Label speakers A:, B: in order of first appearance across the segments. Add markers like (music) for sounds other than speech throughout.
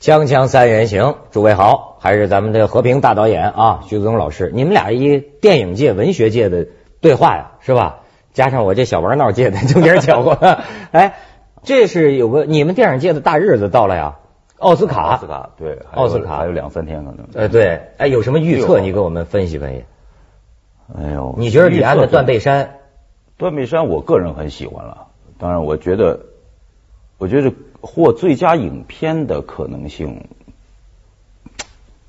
A: 锵锵三人行，诸位好，还是咱们这和平大导演啊，徐子东老师，你们俩一电影界、文学界的对话呀，是吧？加上我这小玩闹界的中间搅和， (laughs) 哎，这是有个你们电影界的大日子到了呀，奥斯
B: 奥
A: 卡
B: 斯，卡对，还有
A: 奥斯卡
B: 还有两三天可能。
A: 呃，对，哎，有什么预测？
B: 哎呦
A: 你给我们分析分析。
B: 哎呦，
A: 你觉得李安的《断
B: 断
A: 背山
B: 断背山，我个人很喜欢了。当然，我觉得，我觉得获最佳影片的可能性，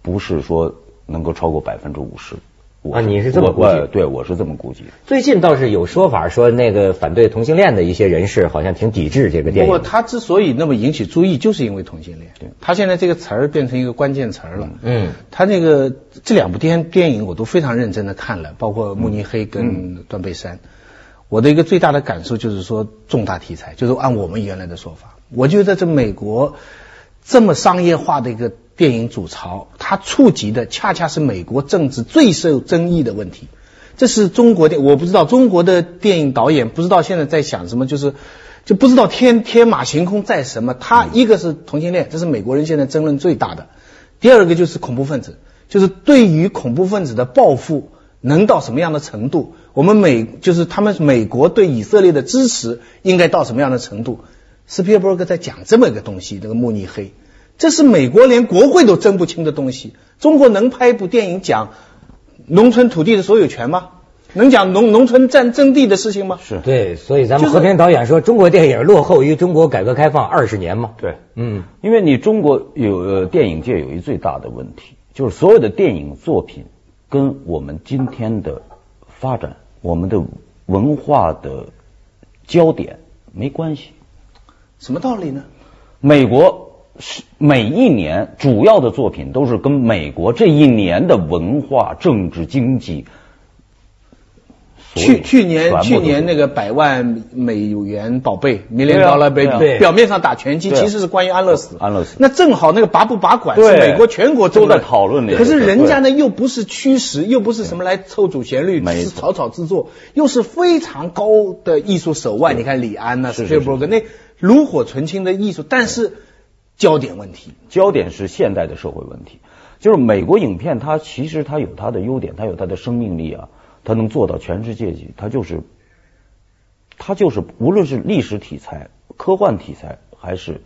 B: 不是说能够超过百分之五十。我
A: 啊你是这么
B: 我
A: 估计
B: 我对，我是这么估计。》
A: 最近倒是有说法说，那个反对同性恋的一些人士好像挺抵制这个
C: 不
A: 电
C: 过
A: 影。
C: 他之所以那么引起注意，就是因为同性恋。他现在这个词儿变成一个关键词儿了。
A: 嗯嗯
C: 他那个这两部电电影我都非常认真的看了，包括《慕尼黑》跟《断背山》我的一个最大的感受就是说，重大题材就是按我们原来的说法，我觉得这美国这么商业化的一个电影主潮，它触及的恰恰是美国政治最受争议的问题。这是中国电，我不知道中国的电影导演不知道现在在想什么，就是就不知道天天马行空在什么。他一个是同性恋，这是美国人现在争论最大的；第二个就是恐怖分子，就是对于恐怖分子的报复能到什么样的程度，我们美就是他们美国对以色列的支持应该到什么样的程度。斯皮尔伯格在讲这么一个东西，那个慕尼黑，这是美国连国会都争不清的东西。中国能拍一部电影讲农村土地的所有权吗？能讲农农村占征地的事情吗？
B: 是
C: (laughs)
A: 对，所以咱们
C: 就是
A: 和平导演说，中国电影落后于中国改革开放二十年嘛。
B: 对，
A: 嗯，
B: 因为你中国有呃电影界有一最大的问题，就是所有的电影作品跟我们今天的发展、我们的文化的焦点没关系。
C: 什么道理呢？
B: 美国是每一年主要的作品都是跟美国这一年的文化、政治、经济。所有
C: 去去
B: 全
C: 年
B: 部都
C: 去年
B: 是
C: 那个百万美元宝贝 million
B: 对啊
C: dollar
B: 对啊
C: baby，、
A: 对
C: 表面上打拳击，
B: 对啊
C: 其实是关于安乐死。
B: 安乐死
C: 那正好那个拔不拔管
B: 对
C: 是美国全国争论
B: 都在讨论这个
C: 可是人家呢
B: 对
C: 又不是驱使，又不是什么来凑主旋律，
B: 没
C: 只是
B: 错
C: 草草制作，又是非常高的艺术手腕。你看李安呐、
B: 是是
C: 斯皮尔伯格那炉火纯青的艺术，但是焦点问题。
B: 焦点是现代的社会问题，就是美国影片它其实它有它的优点，它有它的生命力啊，它能做到全世界级，它就是它就是无论是历史题材、科幻题材还是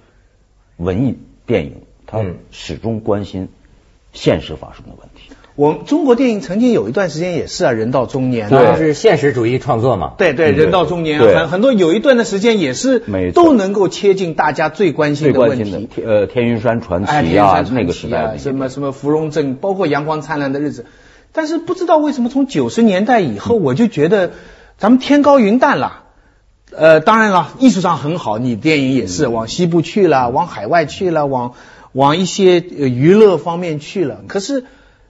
B: 文艺电影，它
A: 嗯
B: 始终关心现实发生的问题。
C: 我们中国电影曾经有一段时间也是啊，人到中年
A: 当
C: 啊
A: 然，是现实主义创作嘛。
C: 对对，
B: 嗯
C: 人到中年啊，
B: 对
C: 很很多有一段的时间也是
B: 没错
C: 都能够切近大家最关心
B: 最
C: 的
B: 关
C: 问
B: 心的
C: 题。
B: 天呃《天云山传奇
C: 哎，》天
B: 啊，
C: 山传奇啊
B: 那个时代的那些
C: 什么什么芙蓉镇，包括阳光灿烂的日子，但是不知道为什么从九十年代以
B: 嗯
C: 后，我就觉得咱们天高云淡了。呃，当然了，艺术上很好，你电影也是往西部去了，往海外去了，往往一些呃娱乐方面去了。可是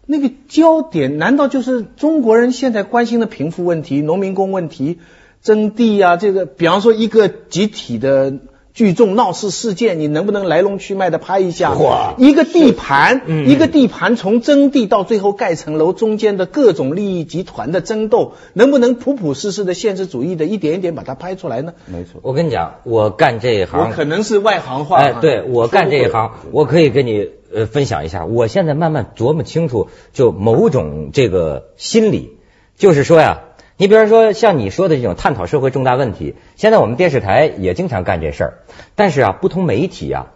C: 那个焦点，难道就是中国人现在关心的贫富问题、农民工问题、征地啊？这个，比方说一个集体的聚众闹事事件，你能不能来龙去脉的拍一下
A: 哇？
C: 一个地盘，
A: 嗯
C: 一个地盘从征地到最后盖层楼中间的各种利益集团的争斗，能不能普朴实实的现实主义的一点一点把它拍出来呢？
B: 没错。
A: 我跟你讲，我干这一
C: 我
A: 行，
C: 可能是外行话，
A: 哎，对我干这一行，我可以跟你呃分享一下，我现在慢慢琢磨清楚，就某种这个心理，就是说呀，你比如说像你说的这种探讨社会重大问题，现在我们电视台也经常干这事儿，但是啊，不同媒体啊。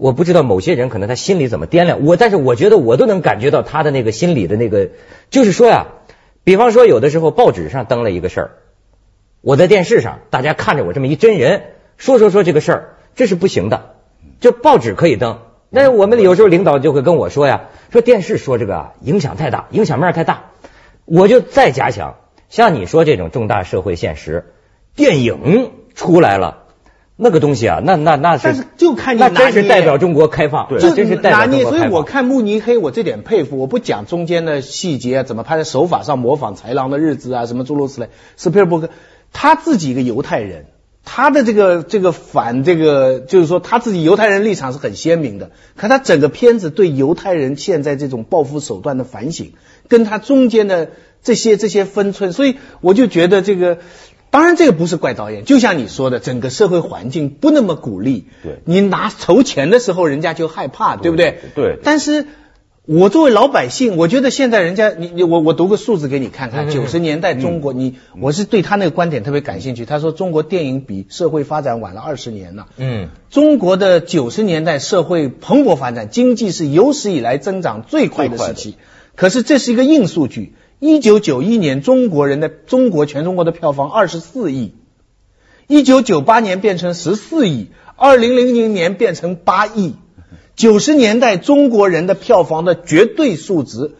A: 我不知道某些人可能他心里怎么掂量，我但是我觉得我都能感觉到他的那个心里的那个，就是说呀，比方说有的时候报纸上登了一个事儿，我在电视上，大家看着我这么一真人，说说说这个事儿，这是不行的。这报纸可以登，但是我们有时候领导就会跟我说呀，说电视说这个啊影响太大，影响面太大。我就再假想，像你说这种重大社会现实，电影出来了，那个东西啊，那那那是，
C: 但是就看你
A: 那
C: 拿
A: 真是
C: 捏
A: 代表中国开放，
B: 对
A: 那
C: 就
A: 真是代表
C: 拿
A: 中
C: 捏，
A: 国开
C: 所以
A: 放。
C: 我看慕尼黑，我这点佩服。我不讲中间的细节啊，怎么拍的手法上模仿豺狼的日子啊，什么诸如此类。斯皮尔伯格他自己一个犹太人，他的这个这个反这个，就是说他自己犹太人立场是很鲜明的。可他整个片子对犹太人现在这种报复手段的反省，跟他中间的这些这些分寸，所以我就觉得这个。当然，这个不是怪导演，就像你说的，整个社会环境不那么鼓励。
B: 对
C: 你拿筹钱的时候，人家就害怕，对不对？
B: 对对
C: 但是我作为老百姓，我觉得现在人家，你你我我读个数字给你看
B: 嗯
C: 看，九十年代中国，你我是对他那个观点特别感兴趣。他说中国电影比社会发展晚了二十年了。
A: 嗯，
C: 中国的九十年代社会蓬勃发展，经济是有史以来增长最快的时期。可是这是一个硬数据。一九九一年，中国人的中国全中国的票房二十四亿，一九九八年变成十四亿，二零零零年变成八亿。九十年代中国人的票房的绝对数值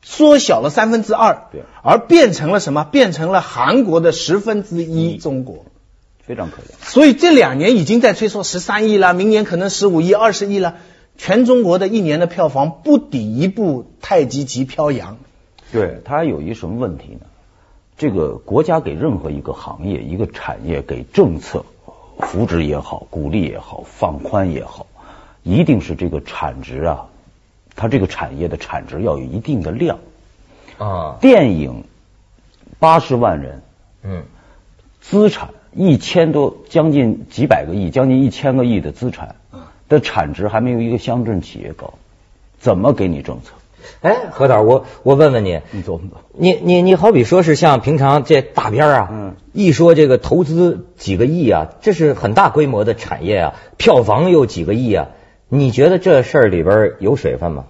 C: 缩小了三分之二
B: 对，
C: 而变成了什么？变成了韩国的十分之一中国。
B: 非常可怜。
C: 所以这两年已经在催说十三亿了，明年可能十五亿、二十亿了。全中国的一年的票房不抵一部《太极旗飘扬》。
B: 对，它有一什么问题呢？这个国家给任何一个行业、一个产业给政策扶植也好、鼓励也好、放宽也好，一定是这个产值啊，它这个产业的产值要有一定的量。
A: 啊，
B: 电影八十万人
A: 嗯，
B: 资产一千多，将近几百个亿，将近一千个亿的资产的产值还没有一个乡镇企业高，怎么给你政策？
A: 哎，何导，我我问问你，
B: 你琢磨吧。
A: 你你你好比说是像平常这大片儿啊，
B: 嗯
A: 一说这个投资几个亿啊，这是很大规模的产业啊，票房又几个亿啊，你觉得这事儿里边儿有水分吗？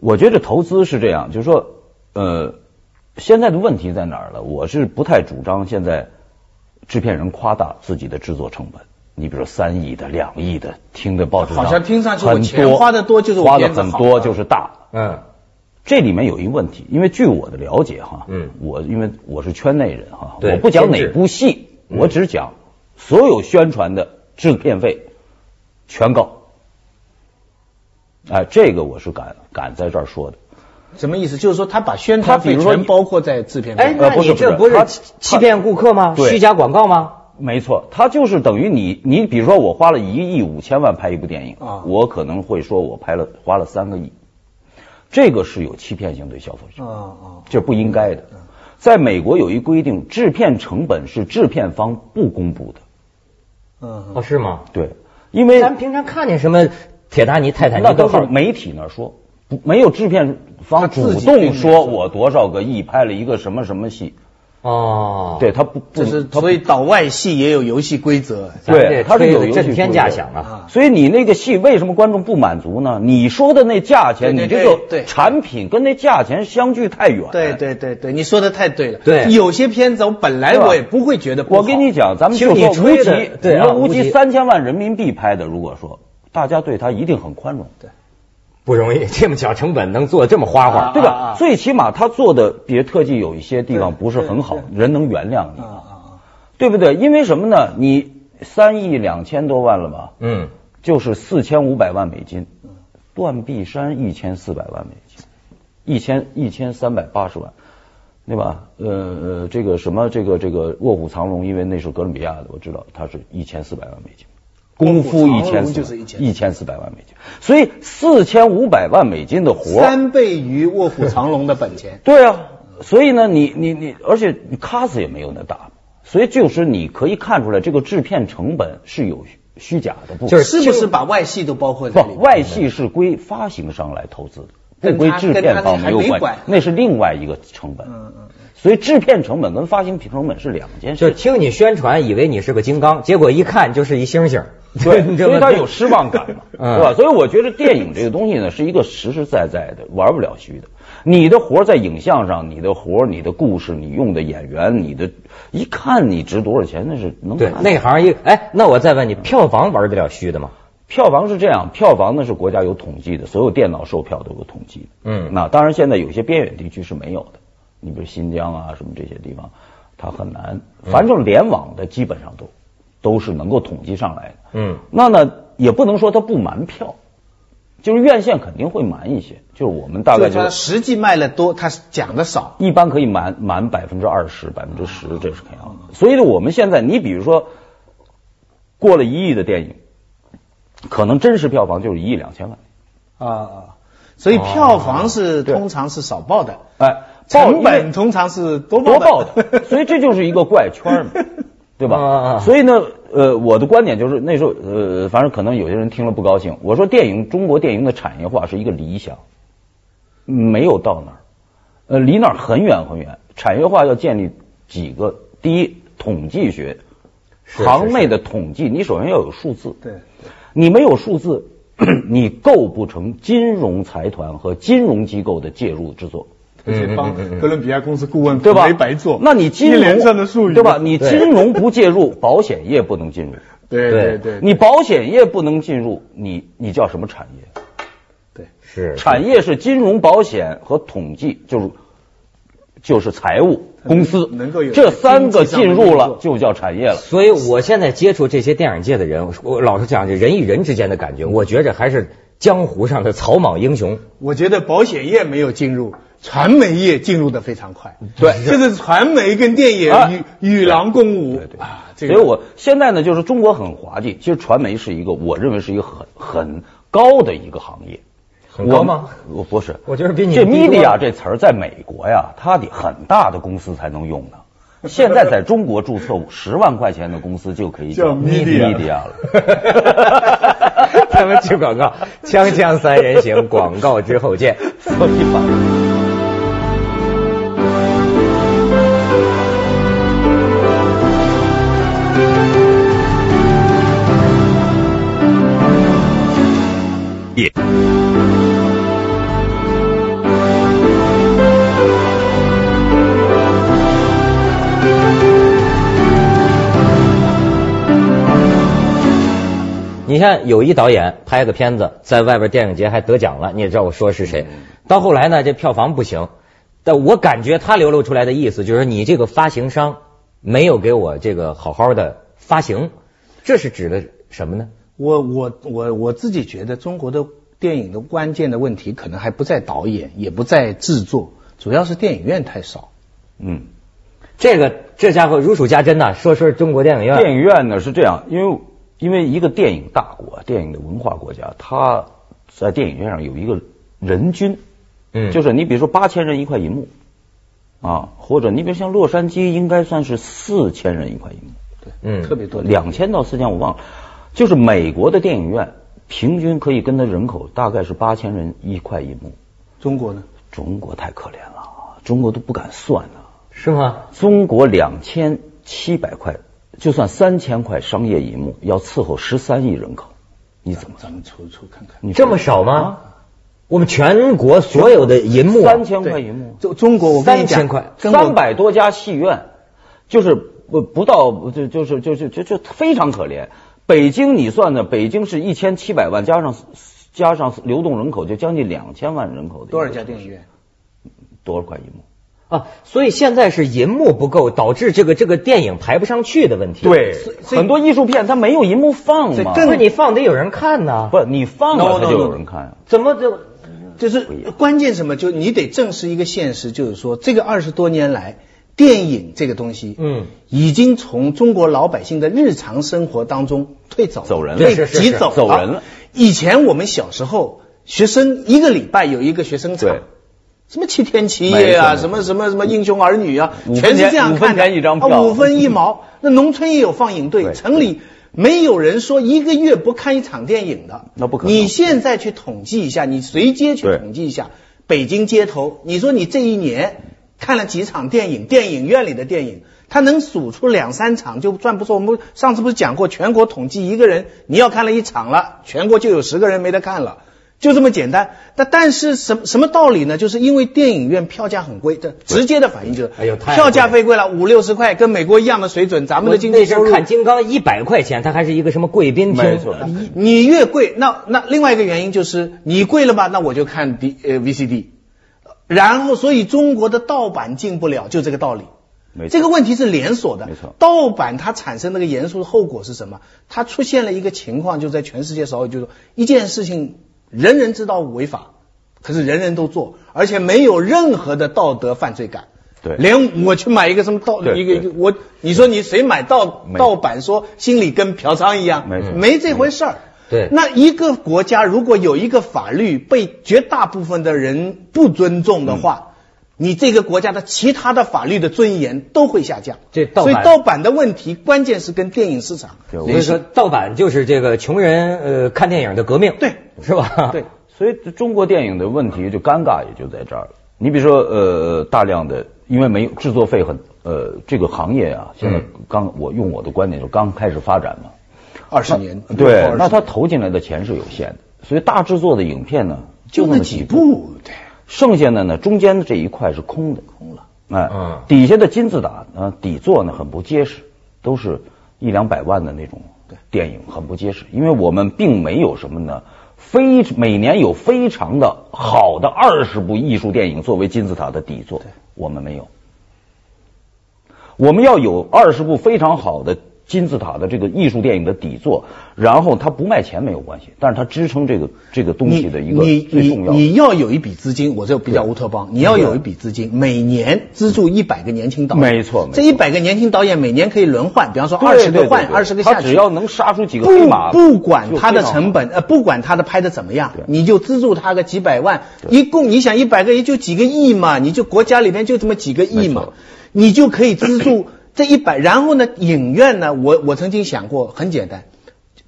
B: 我觉得投资是这样，就是说，呃，现在的问题在哪儿了？我是不太主张现在制片人夸大自己的制作成本。你比如说三亿的、两亿的，听的报纸
C: 好像听上去我
B: 很多
C: 钱花得多就是我
B: 花的
C: 片子
B: 很
C: 好
B: 多
C: 了
B: 就是大。
A: 嗯
B: 这里面有一个问题，因为据我的了解哈，
A: 嗯
B: 我因为我是圈内人哈，
A: 对
B: 我不讲哪
A: 监制
B: 部戏，
C: 嗯
B: 我只讲所有宣传的制片费全告。哎，这个我是敢敢在这儿说的。
C: 什么意思？就是说他把宣传
B: 他比
C: 费
B: 如说
C: 全包括在制片费。
A: 哎，
B: 呃
A: 那
B: 不是
A: 你这
B: 不
A: 不
B: 是
A: 是
B: 他
A: 欺欺骗顾客吗？
B: 对
A: 虚假广告吗？
B: 没错，他就是等于你，你比如说我花了一亿五千万拍一部电影，
C: 啊
B: 我可能会说我拍了花了三个亿，这个是有欺骗性对消费者，
C: 啊啊，
B: 这不应该的。在美国有一规定，制片成本是制片方不公布的，
C: 嗯，
A: 哦，是吗？
B: 对，因为
A: 哎咱们平常看见什么铁达尼、泰坦尼
B: 那
A: 克
B: 都是
A: 号，
B: 媒体那儿说，不没有制片
C: 他
B: 方
C: 自
B: 主
C: 己并
B: 动
C: 没
B: 说我多少个亿拍了一个什么什么戏，
A: 哦，
B: 对他不不
C: 这是
B: 他不
C: 所以岛外戏也有游戏规则。
A: 咱们
B: 对
A: 这
B: 他是
A: 吹
B: 有
A: 得
B: 游戏
A: 震天
B: 规
A: 价
B: 则
A: 响啊。
B: 所以你那个戏为什么观众不满足呢？你说的那价钱，
C: 对
B: 你
C: 对
B: 这
C: 对
B: 个
C: 对
B: 产品跟那价钱相距太远。
C: 对。对对对，你说的太对了。
A: 对
C: 有些片子我本来
B: 对吧
C: 我也不会觉得不好。
B: 我跟你讲，咱们
A: 其实
B: 就
A: 你
B: 说无
A: 吹的
B: 极，
A: 对
C: 嗯
A: 啊
B: 你说无
A: 无极
B: 极三千万人民币拍的，如果说大家对他一定很宽容，
A: 不容易，这么小成本能做得这么花
C: 啊
A: 花，
B: 对
C: 啊啊
B: 吧？最起码他做的，比如特技有一些地方
C: 对
B: 不是很好
C: 对，
B: 人能原谅你
C: 啊，啊
B: 对不对？因为什么呢？你三亿两千多万了吧？
A: 嗯，
B: 就是四千五百万美金，断臂山一千四百万美金，一千一千三百八十万，对吧？呃呃，这个什么这个这个《卧虎藏龙》，因为那是哥伦比亚的，我知道它是一千四百万美金。功夫
C: 卧
B: 一
C: 虎藏
B: 千四
C: 龙就是
B: 一千四百万美金，所以四千五百万美金的活
C: 啊，
B: 儿。
C: 三倍于《卧虎藏龙》的本钱
B: 对啊，所以呢，你你你，而且你卡子也没有那大，所以就是你可以看出来，这个制片成本是有虚虚假的部分，
A: 就是
C: 是不是把外戏都包括在里
B: 不，
C: 面？
B: 外戏是归发行商来投资的，
C: 跟
B: 不归
C: 他
B: 制片方没有
C: 跟他还没
B: 关
C: 管
B: 系，那是另外一个成本。
C: 嗯嗯
B: 所以制片成本跟发行成本是两
A: (laughs)
B: 件
A: 就
B: 事。
A: 听你宣传，以为你是个金刚，结果一看就是一猩猩，(laughs)
B: 对，
A: 你知道
B: 所以
A: 吗
B: 他有失望感嘛，
A: 嗯
B: 对吧？所以我觉得电影这个东西呢，是一个实实在在的，玩不了虚的。你的活儿在影像上，你的活儿、你的故事、你用的演员、你的，一看你值多少钱，那是能
A: 对
B: 看。
A: 内行一哎，那我再问你，票房玩得了虚的吗？
B: 票房是这样，票房呢是国家有统计的，所有电脑售票都有统计的。
A: 嗯
B: 那当然现在有些边远地区是没有的，你比如新疆啊什么这些地方，它很难。反正联网的基本上都都是能够统计上来的。
A: 嗯，
B: 那呢也不能说它不瞒票，就是院线肯定会瞒一些，就是我们大
C: 就
B: 概
C: 是
B: 就
C: 他实际卖了多，他讲的少。
B: 一般可以满满百分之二十、百分之十，这是肯定的。所以呢，我们现在你比如说过了一亿的电影，可能真实票房就是一亿两千万。
C: 啊，所以票房是
B: 啊哦对
C: 通常是少报的。
B: 哎，报
C: 成
B: 因为
C: 本通常是
A: 哦
C: 多
B: 多报
C: 报 (laughs)
A: (laughs)
B: 的，所以这就是一个怪圈儿嘛，对吧？
A: 啊啊啊
B: 所以呢，呃，我的观点就是那时候，呃，反正可能有些人听了不高兴。我说电影中国电影的产业化是一个理想，没有到那儿，呃，离那儿很远很远。产业化要建立几个，第一，统计学，
A: 是
B: 行内的统计，你首先要有数字，
C: 对，
B: 你没有数字， (clears throat) 你构不成金融财团和金融机构的介入之作。
C: 而且
B: 嗯
C: 帮哥伦比亚公司顾问
B: 对吧？
C: 没白做，
B: 那你金融
C: 一连串的术语，
B: 对吧？你
A: 对
B: 金融不介入， (laughs) 保险业不能进入；
C: 对对对，
B: 你保险业不能进入，你你叫什么产业？
A: 是
B: 产业是金融、保险和统计，就是就是财务公司
C: 能够有
B: 这三个进入了
C: 经
B: 就
C: 济上的运作
B: 叫产业了。
A: 所以我现在接触这些电影界的人，我老实讲，这人与人之间的感觉，我觉着还是江湖上的草莽英雄。
C: 我觉得保险业没有进入，传媒业进入的非常快。对，就是传媒跟电影
B: 啊
C: 与与狼共舞
B: 对
C: 啊。这
B: 所
C: 个
B: 以我现在呢，就是中国很滑稽，其实传媒是一个我认为是一个很很高的一个行业。
A: 很高吗
B: 我？我不是，
A: 我 (laughs) 觉得比你
B: 这
A: 们低多了
B: media 这词儿在美国呀，它得很大的公司才能用呢。现在在中国注册十万块钱的公司就可以
C: 叫 media
B: media 了。
C: (laughs)
A: 咱们去广告， (laughs) 锵锵三人行，广告之后见。
B: 所以吧
A: 你看，有一导演拍个片子，在外边电影节还得奖了，你也知道我说是谁。
B: 嗯
A: 到后来呢，这票房不行，但我感觉他流露出来的意思就是，你这个发行商没有给我这个好好的发行，这是指的什么呢？
C: 我我我我自己觉得中国的电影的关键的问题可能还不在导演，也不在制作，主要是电影院太少。
B: 嗯，
A: 这个这家伙如数家珍呐、说说中国电影院。
B: 电影院呢是这样，因为因为一个电影大国，电影的文化国家，它在电影院上有一个人均，
A: 嗯
B: 就是你比如说八千人一块银幕，啊，或者你比如像洛杉矶应该算是四千人一块银幕。
A: 嗯
C: 特别多
B: 两千到四千我忘了，就是美国的电影院平均可以跟它人口大概是八千人一块一幕，
C: 中国呢？
B: 中国太可怜了，中国都不敢算呢、
A: 是吗？
B: 中国两千七百块，就算三千块商业一幕，要伺候十三亿人口，你怎么算？
C: 咱们瞅瞅看看。
B: 你
A: 这么少吗？我们全国所有的银幕啊
B: 三千块
C: 对
B: 一幕，
C: 中中国我跟你讲，
A: 3000块
C: 跟我
B: 三百多家戏院，就是不不到就就是就是就就非常可怜。北京你算的，北京是一千七百万，加上加上流动人口就将近两千万人口的一个
C: 多少家电影院？
B: 多少块一幕？
A: 啊，所以现在是银幕不够，导致这个这个电影排不上去的问题。，
C: 所以所以
B: 很多艺术片它没有银幕放
C: 所以
B: 嘛，
A: 不是你放得有人看呐，
B: 不你放
C: No,
B: 了它
C: no,
B: 就
C: no
B: 有人看啊。
A: 怎么就
C: 就是关键什么？就你得正视一个现实，就是说这个二十多年来，电影这个东西，
A: 嗯，
C: 已经从中国老百姓的日常生活当中退走了
B: 走人了
C: 被
A: 是是是
C: 挤走了
B: 走人了。
C: 以前我们小时候，学生一个礼拜有一个学生
B: 对
C: 场。什么七天七夜啊，
B: 没错
C: 什么什么什么英雄儿女啊，
B: 五分
C: 全是
B: 钱
C: 这样
B: 五
C: 看
B: 分
C: 的。
B: 钱一张票
C: 啊五分一毛。那农村也有放映队，
B: 对
C: 城里没有人说一个月不看一场电影的。
B: 那不可能
C: 你现在去统计一下，你随街去
B: 对
C: 统计一下北京街头，你说你这一年看了几场电影？电影院里的电影，他能数出两三场就算不错。我们上次不是讲过，全国统计一个人，你要看了一场了，全国就有十个人没得看了。就这么简单，但但是什么什么道理呢？就是因为电影院票价很贵，这直接的反应就是，
A: 哎呦太贵了
C: 票价飞贵了五六十块，跟美国一样的水准，咱们的经济
A: 那
C: 收
A: 阵
C: 入
A: 看《金刚》一百块钱，它还是一个什么贵宾厅？
B: 没错
C: 你越贵，那那另外一个原因就是你贵了吧，那我就看 D 呃 VCD，然后所以中国的盗版进不了，就这个道理。
B: 没错
C: 这个问题是连锁的，
B: 没错
C: 盗版它产生那个严肃的后果是什么？它出现了一个情况，就在全世界少有，就是说一件事情人人知道违法，可是人人都做，而且没有任何的道德犯罪感。
B: 对
C: 连我去买一个什么盗
B: 对
C: 一个一个
B: 对
C: 我，你说你谁买盗
B: 没
C: 盗版，说心里跟嫖娼一样，
B: 没错
C: 没这回事儿。
A: 对
C: 那一个
B: 嗯
C: 国家如果有一个法律被绝大部分的人不尊重的话，你这个国家的其他的法律的尊严都会下降。
A: 这盗
C: 所
A: 版
C: 以盗版的问题，关键是跟电影市场
B: 对
A: 我跟你
C: 联系
A: 说，盗版就是这个穷人呃看电影的革命，
C: 对，
A: 是吧？
C: 对，
B: 所以中国电影的问题就尴尬也就在这儿了。你比如说，呃，大量的因为没有制作费很，呃，这个行业啊，现
C: 嗯
B: 在刚我用我的观点就刚开始发展嘛，
C: 二十年。
B: 对
C: 20，
B: 那他投进来的钱是有限的，所以大制作的影片呢，
C: 就
B: 那
C: 那
B: 么
C: 几，部，对，
B: 剩下的呢，中间的这一块是空的，空了，哎，
A: 嗯
B: 底下的金字塔呢，底座呢很不结实，都是一两百万的那种电影，很不结实，因为我们并没有什么呢。非每年有非常的好的二十部艺术电影作为金字塔的底座，我们没有。我们要有二十部非常好的金字塔的这个艺术电影的底座，然后它不卖钱没有关系，但是它支撑这个这个东西的一个
C: 你
B: 最
C: 你
B: 重要的。
C: 你要有一笔资金，我这比较乌托邦，你要有一笔资金，每年资助一百个年轻导演，
B: 没错没错
C: 这一百个年轻导演每年可以轮换，比方说二
B: 对
C: 十
B: 对
C: 个
B: 对
C: 换
B: 对
C: 二十个
B: 他
C: 下去，
B: 只要能杀出几个黑
C: 不
B: 马，
C: 不管他的
B: 就非常好
C: 成本，呃，不管他的拍的怎么样
B: 对，
C: 你就资助他个几百万，一共你想一百个也就几个亿嘛，你就国家里面就这么几个
B: 没
C: 亿嘛
B: 错，
C: 你就可以资助这一百。然后呢，影院呢，我我曾经想过，很简单。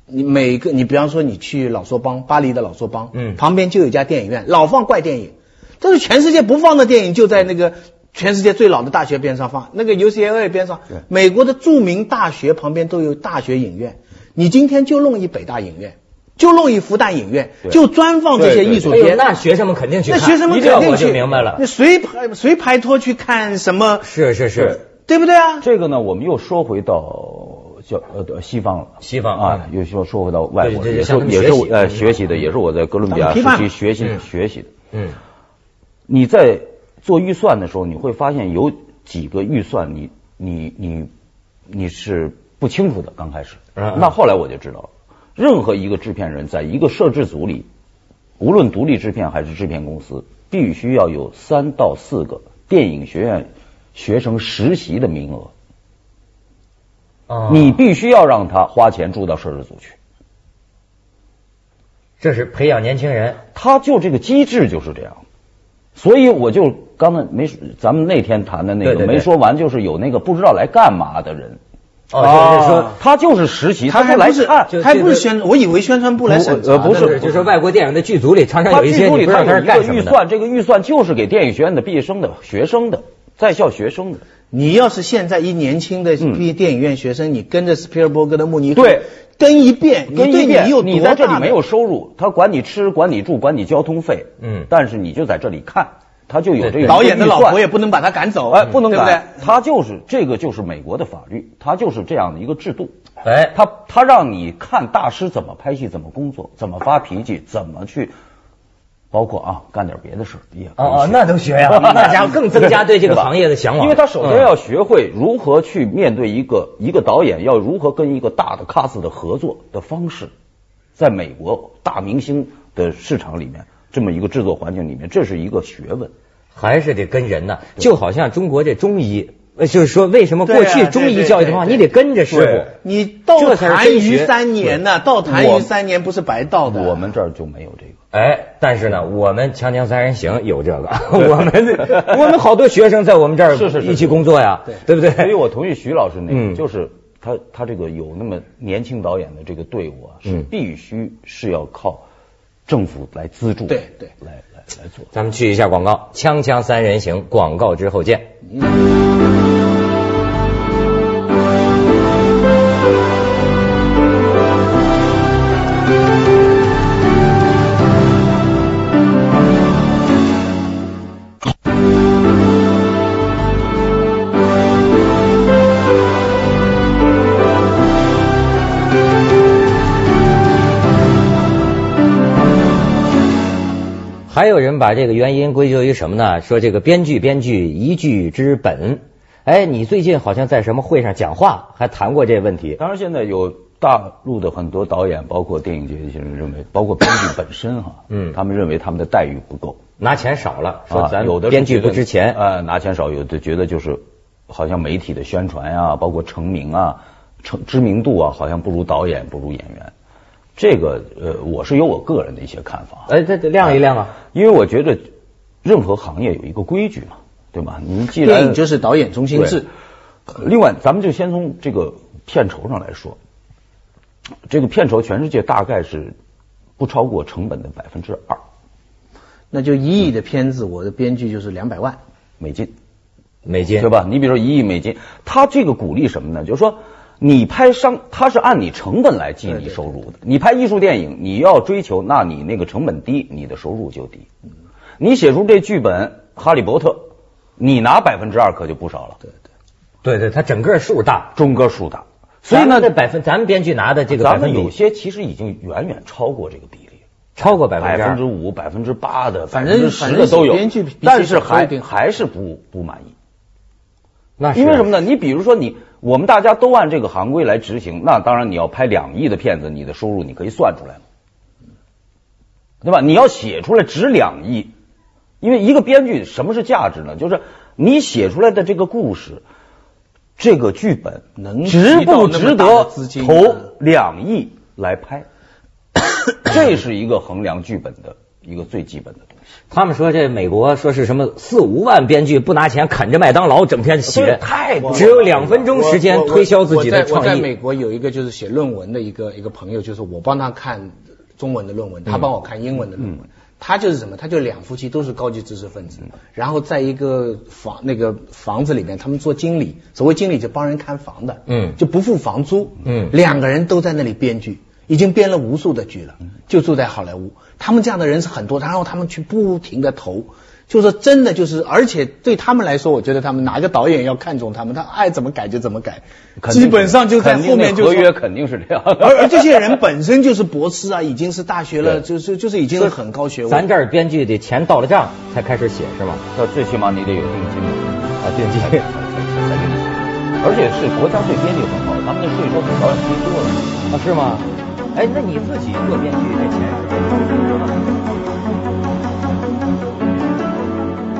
C: 你每个，你比方说你去老挝帮，巴黎的老挝帮，
A: 嗯
C: 旁边就有一家电影院，老放怪电影，但是全世界不放的电影就在那个全世界最老的大学边上放，那个 UCLA 边上
B: 对，
C: 美国的著名大学旁边都有大学影院，你今天就弄一北大影院，就弄一复旦影院，
B: 对
C: 就专放这些艺术
A: 哎呦，
C: 片。
A: 那学生们肯定去
C: 那
A: 看，
C: 学生们
A: 一这
C: 肯定
A: 我
C: 去，
A: 就明白了
C: 那。谁拍谁拍拖去看什么？
A: 是是是，
C: 对不对啊？
B: 这个呢，我们又说回到叫呃西方了，
A: 西方
B: 啊，又说说回到外国，
A: 对对对
B: 也
A: 向
B: 是
A: 他们
B: 也是
A: 学
B: 我
A: 习
B: 呃
A: 嗯
B: 学习的，也是我在哥伦比亚
C: 批
B: 时
C: 判
B: 期学习
A: 嗯
B: 学习的。
A: 嗯，
B: 你在做预算的时候，你会发现有几个预算你你你你是不清楚的，刚开始。
A: 嗯嗯
B: 那后来我就知道了，任何一个制片人在一个摄制组里，无论独立制片还是制片公司，必须要有三到四个电影学院学生实习的名额，
A: 哦
B: 你必须要让他花钱住到摄制组去。
A: 这是培养年轻人，
B: 他就这个机制就是这样，所以我就刚才没说咱们那天谈的那个
A: 对对对
B: 没说完，就是有那个不知道来干嘛的人，啊
A: 哦，就是说。
B: 他就是实习，
C: 他
B: 他
C: 还
B: 就来
C: 不是，
B: 看，
A: 就
C: 他还不是
A: 这
C: 宣，我以为宣传部来审查
B: 呃不
C: 的
B: 是
C: 呢
A: 就是就是外国电影的剧组里常常
B: 他
A: 有一些
B: 剧组
A: 你
B: 里
A: 不知道
B: 他
A: 他是
B: 有
A: 干
B: 一个
A: 什
B: 预
A: 么的。
B: 算，这个预算就是给电影学院的毕业生的、学生的、在校学生的。
C: 你要是现在一年轻的毕业电影院学生，你跟着斯皮尔伯格的慕尼
B: 嗯
C: 黑
B: 对
C: 跟一遍，
B: 跟一
C: 你对
B: 遍
C: 你有
B: 你
C: 多
B: 在这里
C: 大
B: 没
C: 的
B: 有收入，他管你吃、管你住、管你交通费，
A: 嗯
B: 但是你就在这里看，他就有这个
C: 导演的
B: 预算
C: 老婆也不能把他赶走，
B: 哎，不能
C: 对不对
B: 改，？他就是这个就是美国的法律，他就是这样的一个制度。
A: 哎，
B: 他他让你看大师怎么拍戏，怎么工作，怎么发脾气，怎么去，包括啊干点别的事儿也可以
A: 哦哦
B: 学，
A: 那
B: (laughs)
A: 都学呀， (laughs) 那家伙更增加对这个
B: 吧
A: 行业的向往。
B: 因为他首先
A: 嗯
B: 要学会如何去面对一个、一个导演要如何跟一个大的 cast 的合作的方式，在美国大明星的市场里面，这么一个制作环境里面，这是一个学问。
A: 还是得跟人呐，就好像中国这中医，呃就是说为什么
C: 对
A: 过
C: 啊
A: 去中医教育的话，
C: 对
A: 你
C: 对
A: 得跟着师
B: 对
C: 你倒
A: 这才是
C: 痰
A: 真
C: 盂
A: 学
C: 三年呐，倒痰
B: 我
C: 盂三年不是白倒的。啊
B: 我们这儿就没有这个。
A: 傅。哎，但是呢，我们《锵锵三人行》有这个，我们我们好多学生在我们这儿
B: 是是是
A: 一起工作呀，对不
B: 所以
A: 对？
B: 我同意徐老师那个，
A: 嗯
B: 就是他他这个有那么年轻导演的这个队伍啊，是
A: 嗯
B: 必须是要靠政府来资助，
C: 对对
B: 来来来做。
A: 咱们去一下广告，《锵锵三人行》广告之后见。还有人把这个原因归咎于什么呢？说这个编剧编剧一剧之本。哎，你最近好像在什么会上讲话，还谈过这问题。
B: 当然，现在有大陆的很多导演，包括电影界一些人认为，包括编剧本身哈，
A: 嗯
B: 他们认为他们的待遇不够，
A: 拿钱少了，说咱
B: 啊有的
A: 啊编剧不值钱，
B: 呃，拿钱少，有的觉得就是好像媒体的宣传呀、包括成名啊、成知名度啊，好像不如导演，不如演员。这个呃，我是有我个人的一些看法，
A: 哎，这这亮一亮啊，
B: 因为我觉得任何行业有一个规矩嘛，对吧？你既然
C: 电影就是导演中心制
B: 对，另外，咱们就先从这个片酬上来说，这个片酬全世界大概是不超过成本的百分之二
C: 那就一亿的片子，我的编剧就是两百万。
B: 美金，
A: 美金
B: 对吧？你比如说一亿美金，它这个鼓励什么呢？就是说你拍商，它是按你成本来计
C: 对
B: 你
C: 对
B: 收入的。你拍艺术电影，你要追求，那你那个成本低，你的收入就低。
C: 嗯
B: 你写出这剧本《哈利波特》，你拿百分之二可就不少了，
C: 对对，
A: 对对，它整个数大，
B: 中哥数大。所以
A: 咱
B: 呢
A: 们，的百分，咱们编剧拿的这个百
B: 咱
A: 分
B: 们有
A: 比
B: 些其实已经远远超过这个比例。
A: 超过百分
B: 百
A: 之
B: 分之
A: 二，
B: 五、百分之八的，
C: 反正
B: 百分之十的都有，
C: 反正写编剧
B: 但是
C: 比
B: 还
C: 写剧本
B: 还是不不满意，
A: 那是
B: 因为什么？呢？你比如说你，我们大家都按这个行规来执行，那当然你要拍两亿的片子，你的收入你可以算出来嘛，对吧？你要写出来值两亿，因为一个编剧什么是价值呢？就是你写出来的这个故事，这个剧本
C: 能
B: 值
C: 提
B: 不
C: 到那
B: 值
C: 么大
B: 得
C: 的资金
B: 投
C: 嗯
B: 两亿来 (coughs) 拍？这是一个衡量剧本的一个最基本的东西。
A: 他们说这美国说是什么四五万编剧不拿钱啃着麦当劳整天
B: 对
A: 写，
B: 太多了
A: 只有两分钟时
C: 我
A: 间
C: 我
A: 推销自己的
C: 我在我
A: 创
C: 在
A: 意。
C: 美国有一个就是写论文的一个一个朋友，就是我帮他看中文的论文，他帮我看英文的论文。他就是什么？他就两夫妻都是高级知识分子，然后在一个房那个房子里面，他们做经理，所谓经理就帮人看房的，
A: 嗯
C: 就不付房租，
A: 嗯
C: 两个人都在那里编剧，已经编了无数的剧了，
B: 嗯
C: 就住在好莱坞。他们这样的人是很多，然后他们去不停的投，就说真的就是，而且对他们来说，我觉得他们哪个导演要看中他们，他爱怎么改就怎么改，
B: 肯定
C: 基本上就在后面
B: 肯定那
C: 就
B: 合
C: 说
B: 约肯定是这样。
C: 而而这些
B: (laughs)
C: 人本身就是博士啊，已经是大学了，
B: 对
C: 就是就是已经是很高学位。
A: 咱这儿编剧得钱到了账才开始写是吗？
B: 那最起码你得有定金嘛，
A: 啊，定
C: (laughs)
A: 金。
B: 而且是国家对编剧很好，他们的税收比导演低多
A: 啊，
B: 了。
A: 是吗？哎，那你自己做编剧这钱是怎么